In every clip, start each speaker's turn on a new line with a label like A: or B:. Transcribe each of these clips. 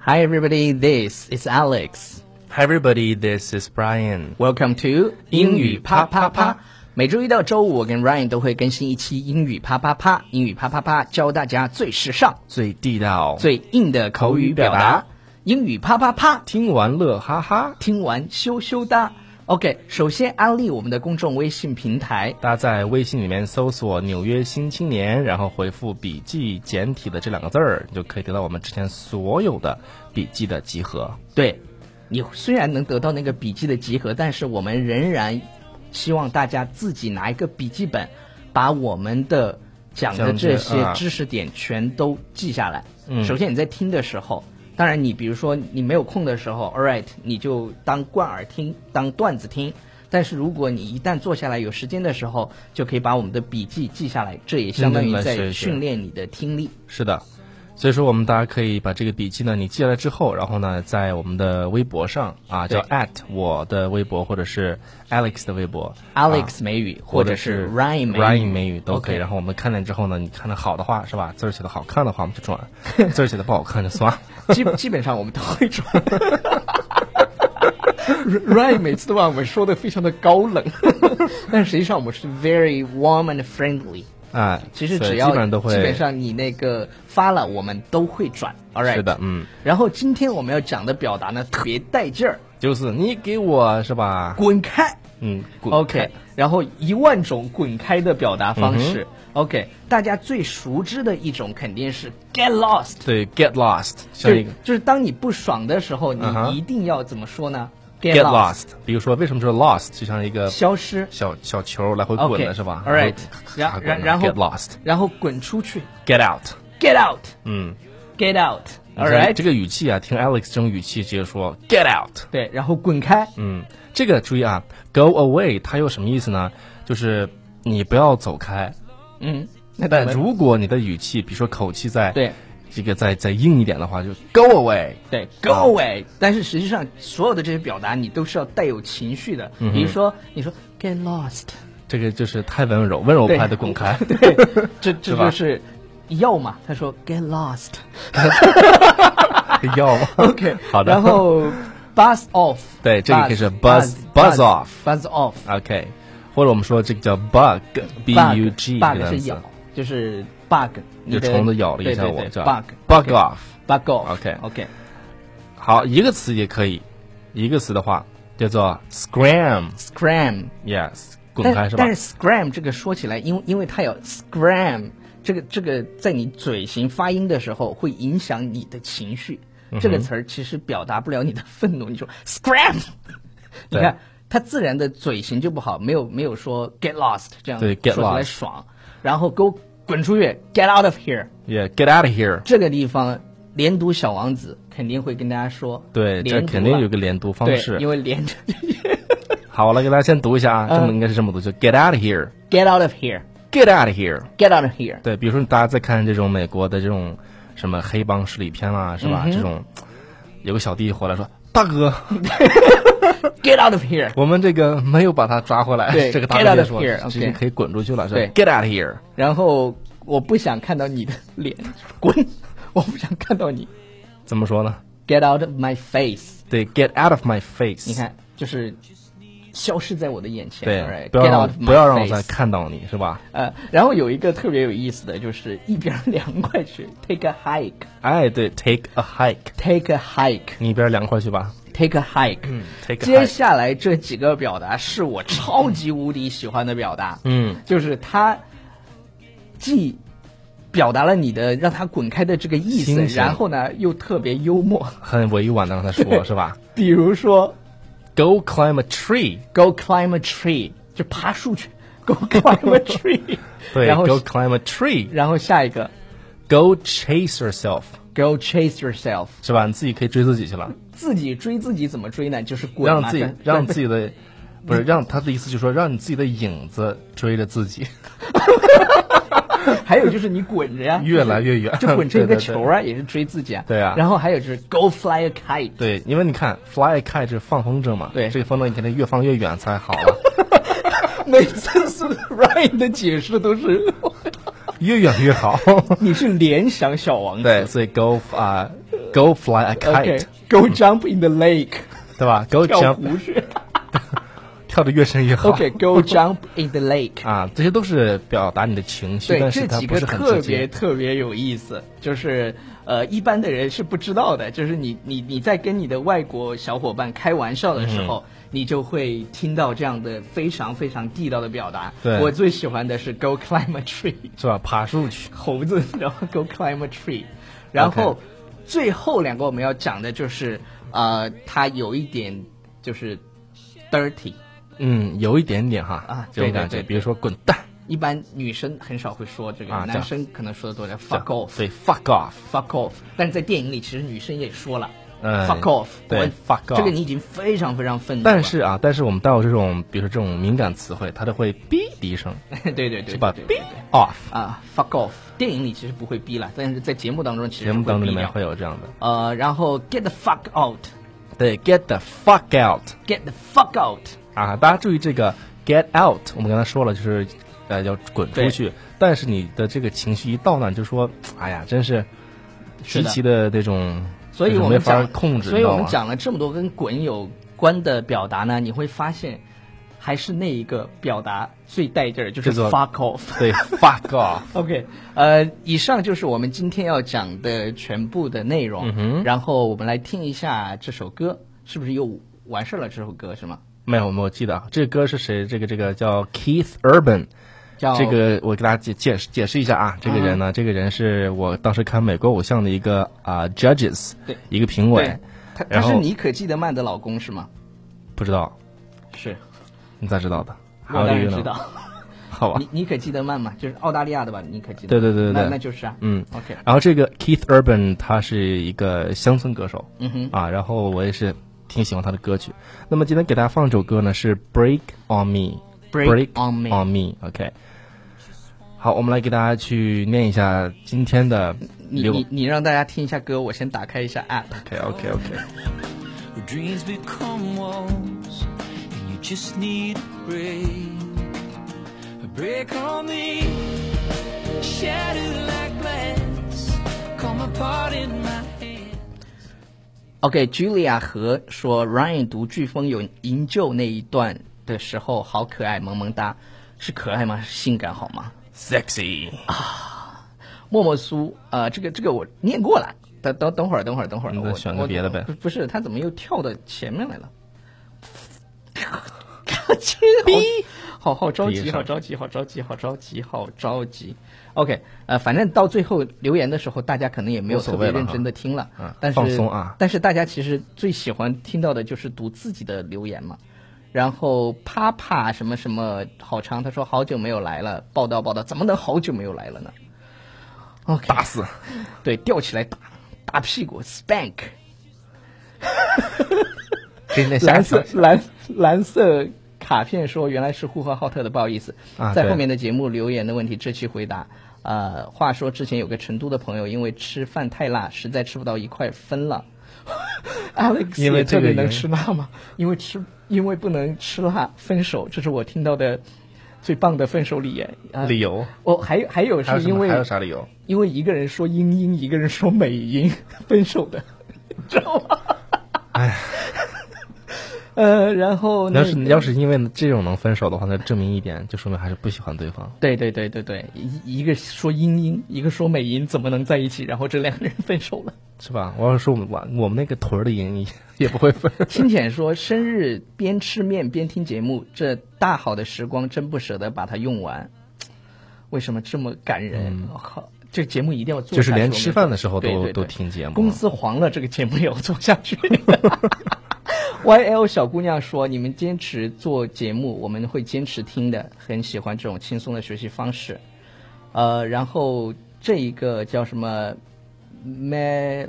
A: Hi, everybody. This is Alex.
B: Hi everybody, this is Brian.
A: Welcome to
B: 英语啪啪啪。
A: 每周一到周五，我跟 Ryan 都会更新一期英语啪啪啪。英语啪啪啪，教大家最时尚、
B: 最地道，
A: 最硬的口语表
B: 口语表
A: 达
B: 达。
A: 英语啪啪啪，
B: 听完乐哈哈。
A: 听完羞羞哒。OK，首先安利我们的公众微信平台。
B: 大家在微信里面搜索“纽约新青年”，然后回复“笔记”简体的这两个字儿，你就可以得到我们之前所有的笔记的集合。
A: 对，你虽然能得到那个笔记的集合，但是我们仍然希望大家自己拿一个笔记本，把我们的讲的
B: 讲解
A: 这些
B: 啊
A: 知识点全都记下来。
B: 嗯
A: 首先你在听的时候，当然你比如说你没有空的时候，all right，你就当贯耳听，当段子听。但是如果你一旦坐下来有时间的时候，就可以把我们的笔记记下来，这也相当于
B: 嗯嗯
A: 在
B: 是是
A: 训练你的听力。
B: 是的，所以说我们大家可以把这个笔记呢，你记下来之后，然后呢，在我们的微博上啊，
A: 对
B: 叫 at 我的微博或者是 Alex 的微博
A: Alex 美语、或者是 Ryan 美语
B: Ryan 美语都可以。
A: OK
B: 然后我们看见之后呢，你看的好的话是吧？字儿写的好看的话我们就转，字儿写的不好看就算了。
A: 基基本上我们都会转。Ryan 每次都把我们说的非常的高冷， 但实际上我们是 very warm and friendly。
B: 啊，
A: 其实
B: 所以
A: 只要
B: 基本上都会，
A: 基本上你那个发了，我们都会转。All right，
B: 是的，。嗯，
A: 然后今天我们要讲的表达呢，特别带劲儿，
B: 就是你给我是吧？
A: 滚开。
B: 嗯滚
A: OK，然后一万种滚开的表达方
B: 嗯
A: 式。OK，大家最熟知的一种肯定是 get lost。
B: 对，get lost，像
A: 对
B: 一个，
A: 就是当你不爽的时候，
B: 嗯哼
A: 你一定要怎么说呢
B: get lost。比如说，为什么说 lost 就像一个
A: 消失。
B: 小小球来回滚
A: OK，
B: 的是吧
A: All right，
B: 然
A: 然
B: 后咔咔
A: 然
B: 滚
A: 然后
B: get lost，get
A: 然后滚出去
B: out。
A: ，get out，get
B: 嗯
A: out，all
B: 你看
A: right，
B: 这个语气啊，听 Alex 这种语气直接说 get out。
A: 对，然后滚开，
B: 嗯，这个注意啊，go away 它有什么意思呢？就是你不要走开。
A: 嗯，那
B: 但
A: 咱们
B: 如果你的语气，比如说口气在
A: 对
B: 这个再再硬一点的话，就 go away。
A: 对 go away，但是实际上所有的这些表达你都是要带有情绪的，
B: 嗯
A: 比如说你说 get lost，
B: 这个就是太温柔，温柔
A: 对。
B: 派的滚开
A: 对，这这
B: 是吧
A: 就是要嘛，他说 get lost，
B: 要吗
A: OK，
B: 好的
A: 然后 buzz off，
B: 对这个可以是
A: buzz
B: buzz- buzz off
A: buzz off，
B: OK，或者我们说这个叫 bug，b u
A: bug
B: g 这个
A: bug
B: 单
A: 是
B: 词
A: 咬，，就是 bug，你
B: 就
A: 的
B: 虫子咬了一下
A: 对对
B: 我，
A: 对
B: 这样
A: bug
B: bug off。
A: bug off。
B: OK
A: OK，
B: 好，一个词也可以，一个词的话叫做 scram，yes，
A: scram
B: 滚开是吧
A: 但？是 scram 这个说起来，因为因为它有 scram 这个这个在你嘴型发音的时候会影响你的情绪。
B: 嗯
A: 这个词儿其实表达不了你的 愤怒，你说 scram，你
B: 对
A: 看它自然的嘴型就不好，没有没有说 get lost 这样
B: 对，get
A: 说出来
B: lost
A: 爽，然后给我滚出去，get out of here。
B: ，yeah，get out of here。
A: 这个地方连读小王子肯定会跟大家说，
B: 对，这
A: 连读
B: 肯定
A: 啊
B: 有个连读方
A: 对
B: 式
A: 因。为连着
B: 好，我来给大家先读一下啊，这么
A: 嗯
B: 应该是这么读，就 get out of here，get
A: get out of here，get
B: out of here。
A: out of here，
B: 对，比如说大家在看这种美国的这种什么黑帮势力片啊，是
A: 嗯
B: 吧？这种有个小弟回来说：“大哥，
A: get out of here。
B: 我们这个没有把他抓回来。”
A: 对
B: 这个
A: get
B: 大
A: out
B: 哥
A: of
B: 就说
A: here，：“
B: 直接
A: OK
B: 可以滚出去了。”是吧
A: 对
B: ，get out of here。
A: 然后我不想看到你的脸，滚！我不想看到你
B: 怎么说呢？
A: ，get out of my face。
B: 对，get out of my face。
A: 你，看，就是消失在我的眼前。
B: 对
A: right，，
B: 不要
A: get
B: 让
A: out
B: 我
A: of my
B: 不要让我再
A: face
B: 看到你，是吧？
A: 呃，然后有一个特别有意思的就是一边凉快去，take a hike，take
B: 哎，对，take a hike，
A: a hike。
B: 你一边凉快去吧。
A: take a hike。
B: take
A: 嗯
B: a
A: 接
B: hike
A: 下来这几个表达是我超级无敌喜欢的表达。
B: 嗯，
A: 就是它既表达了你的让他滚开的这个意思
B: 心，情
A: 然后呢又特别幽默。
B: 很委婉的让他
A: 对
B: 说，是吧
A: 比如说
B: ？Go climb a tree。
A: ，go climb a tree，就爬树去。Go climb a tree，
B: 对
A: 然后
B: ，go climb a tree。
A: 然后下一个
B: Go chase yourself，
A: ，go chase yourself，
B: 是吧？你自己可以追自己 去了。
A: 自己追自己怎么追呢？就是滚
B: 让
A: 嘛
B: 自己
A: 跟
B: 让自己的，不是让他的意思，就是说让你自己的影子追着自己
A: 还有就是你滚着呀，
B: 越来越远，
A: 就滚成一个
B: 对对对
A: 球啊，也是追自己啊。
B: 对啊
A: 然后还有就是 go fly a kite，
B: 对，因为你看，fly a kite 是放风筝嘛，
A: 对
B: 这个风筝你肯定越放越远才好啊，
A: 每次是 Ryan 的解释都 是，
B: 越远越好。
A: 你是联想小王子。
B: 对，所以 go 啊、 Go fly a kite，、
A: OK，Go jump in the lake，
B: 对吧？Go
A: 跳
B: jump，
A: 湖去。
B: 跳得越深越好。
A: OK，Go jump in the lake。
B: 啊，这些都是表达你的情绪，
A: 对，
B: 但是
A: 这
B: 它
A: 几
B: 不
A: 个
B: 是很
A: 特
B: 直
A: 别
B: 接。
A: 特别有意思，就是呃，一般的人是不知道的。就是你你你在跟你的外国小伙伴开玩笑的时候，你就会听到这样的非常非常地道的表达。
B: 对
A: 我最喜欢的是 Go climb a tree，
B: 是吧？爬树去，
A: 猴子，然后 Go climb a tree，然后
B: OK
A: 最后两个我们要讲的就是呃，它有一点就是 dirty，
B: 嗯，有一点点哈
A: 啊
B: 这种
A: 对对
B: 感觉。
A: 对对
B: 比如说滚蛋
A: 一般女生很少会说这个，
B: 啊这样
A: 男生可能说的多点
B: 这样
A: ，fuck off。
B: 对，fuck off，
A: fuck off，但是在电影里其实女生也说了、
B: 嗯
A: fuck off，
B: 对
A: 我
B: fuck off
A: 这个你已经非常非常愤怒了，
B: 但是啊，但是我们到这种，比如说这种敏感词汇，它都会哔的一声，
A: 对对对对
B: 是吧？
A: 对对
B: 哔
A: 对
B: off，
A: 啊，fuck off，电影里其实不会逼了，但是在节目当中其实
B: 节目当中里面
A: 会逼
B: 会有这样的。
A: 掉呃，然后 get the fuck out，get
B: 对，get the fuck out，
A: the fuck out，
B: 啊，大家注意这个 get out，我们刚才说了，就是呃要滚出
A: 对
B: 去，但是你的这个情绪一到那，你就说，哎呀，真是
A: 是
B: 极
A: 的
B: 其的这种，
A: 所以
B: 就是
A: 我
B: 没
A: 们
B: 法
A: 讲
B: 控制，
A: 所以
B: 你知道
A: 我们
B: 吗
A: 讲了这么多跟滚有关的表达呢，你会发现还是那一个表达最带劲儿，就是
B: 叫做
A: fuck off。
B: 对 fuck off，
A: OK，呃，以上就是我们今天要讲的全部的内容。
B: 嗯
A: 然后我们来听一下这首歌，是不是又完事儿了？这首歌是吗？
B: 没有，我记得啊，这个歌是谁？这个这个叫 Keith Urban。
A: 叫
B: 这个我给大家解解释解释一下啊，这个人
A: 嗯
B: 呢，这个人是我当时看美国偶像的一个啊、judges，
A: 对
B: 一个评委
A: 对，，他他
B: 然后
A: 是妮可基德曼的老公是吗？
B: 不知道
A: 是，
B: 你咋知道的？
A: 我
B: 还有
A: 当然
B: 这个
A: 知
B: 呢，
A: 道，
B: 好吧
A: 妮，妮可基德曼嘛，就是澳大利亚的吧？妮可基德曼，
B: 对对对对对
A: 那那就是啊。
B: 嗯，
A: OK，
B: 然后这个 Keith Urban 他是一个乡村歌手，
A: 嗯哼，
B: 啊，然后我也是挺喜欢他的歌曲。那么今天给大家放这首歌呢是《Break on Me》
A: Break on
B: on
A: Me
B: Me，OK、好，我们来给大家去念一下今天的
A: 你
B: 留
A: 你你让大家听一下歌，我先打开一下 App。
B: OK OK OK，
C: Your dreams become walls, and you just need a break. A break on me, shattered like glass, come apart in my hand.
A: OK，Julia、和说 Ryan 读《飓风有营救》那一段的时候好可爱，萌萌哒，是可爱吗？是性感好吗？啊
B: sexy，
A: 默默苏，呃，这个这个我念过了，等等等会儿，等会儿，等会儿，
B: 你再
A: 我
B: 选个
A: 我
B: 别的呗
A: 不不是，他怎么又跳到前面来 了？这个好好好着
B: 第一
A: 急，
B: 首
A: 好着急，好着急，好着急，好着急。OK，呃，反正到最后留言的时候，大家可能也没有
B: 无所
A: 特别
B: 谓了
A: 认
B: 哈
A: 真的听了，
B: 嗯
A: 但是
B: 放松啊
A: 但是大家其实最喜欢听到的就是读自己的留言嘛。然后啪啪什么什么好长，他说好久没有来了，报道报道，怎么能好久没有来了呢？OK，
B: 打死。
A: 对，吊起来打，打屁股，spank。
B: 给那哎下
A: 蓝
B: 一首
A: 色蓝蓝色卡片说原来是呼和浩特的，不好意思，
B: 啊
A: 在
B: 对
A: 后面的节目留言的问题这期回答。呃，话说之前有个成都的朋友因为吃饭太辣，实在吃不到一块分了。Alex
B: 因为
A: 也
B: 这
A: 特别
B: 个原因
A: 能吃辣吗？因为吃因为不能吃辣分手，这是我听到的最棒的分手理言。啊
B: 理由，
A: 哦，还有还有
B: 还有
A: 是
B: 什
A: 因
B: 么？
A: 为
B: 还有啥理由？
A: 因为一个人说英英，一个人说美英， 分手的，你知道吗？
B: 哎呀，
A: 呃，然后
B: 你要
A: 那
B: 是你要是因为这种能分手的话，那证明一点，就说明还是不喜欢对方。
A: 对对对对对，一一个说英英，一个说美音，怎么能在一起？然后这两个人分手了。
B: 是吧？我要是说我们我我们那个屯儿的人也不会分。
A: 清浅说，生日边吃面边听节目，这大好的时光真不舍得把它用完。为什么这么感人？嗯我、靠，这节目一定要做下去。
B: 就是连
A: 我们
B: 吃饭的时候都
A: 对对对
B: 都听节目
A: 公司黄了，这个节目也要做下 去。YL 小姑娘说：“你们坚持做节目，我们会坚持听的，很喜欢这种轻松的学习方式。”呃，然后这一个叫什么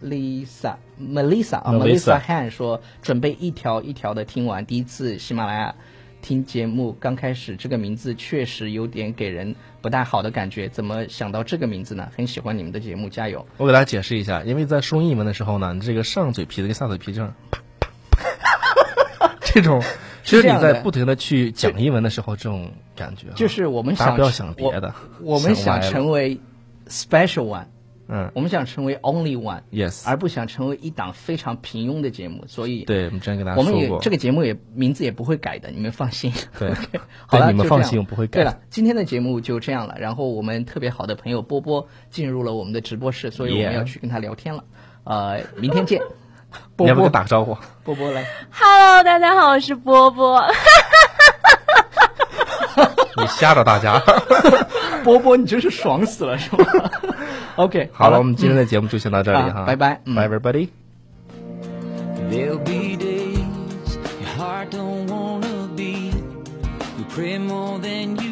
A: Melissa Melissa 啊
B: Melissa
A: Melissa Han 说，准备一条一条的听完。第一次喜马拉雅听节目，刚开始这个名字确实有点给人不大好的感觉，怎么想到这个名字呢？很喜欢你们的节目，加油！
B: 我给大家解释一下，因为在说英文的时候呢，你这个上嘴皮子跟下嘴皮这样， 啪啪啪，这种，其
A: 是
B: 实
A: 这
B: 你
A: 样的
B: 在不停的去讲英文的时候，这种感觉啊
A: 就是我们
B: 大家
A: 想
B: 不要想别的，
A: 我，我们
B: 歪
A: 想
B: 了
A: 成为 special one，
B: 嗯
A: 我们想成为 only one，
B: ，yes，
A: 而不想成为一档非常平庸的节目，所以
B: 对我们之前跟大家
A: 我们
B: 说
A: 也
B: 过，
A: 这个节目也名字也不会改的，你们放心。
B: 对
A: OK，好 了，
B: 对你们
A: 就这样
B: 放心我不会改
A: 对了，今天的节目就这样了。然后我们特别好的朋友波波进入了我们的直播室，所以我
B: Yeah
A: 们要去跟他聊天了。呃，明天 见。
B: 你
A: 波
B: 要不要
A: 波
B: 打个招呼？
A: 波波来，
D: Hello，大家好，我是波波。
B: 你吓着大家。
A: 波波，你真是爽死了，是吧 ？OK，
B: 好了，
A: 了，
B: 我们今天的节目就先到这里
A: 啊
B: 哈，
A: 拜拜嗯
B: Bye everybody。
C: There'll be days your heart don't wanna be. You pray more than you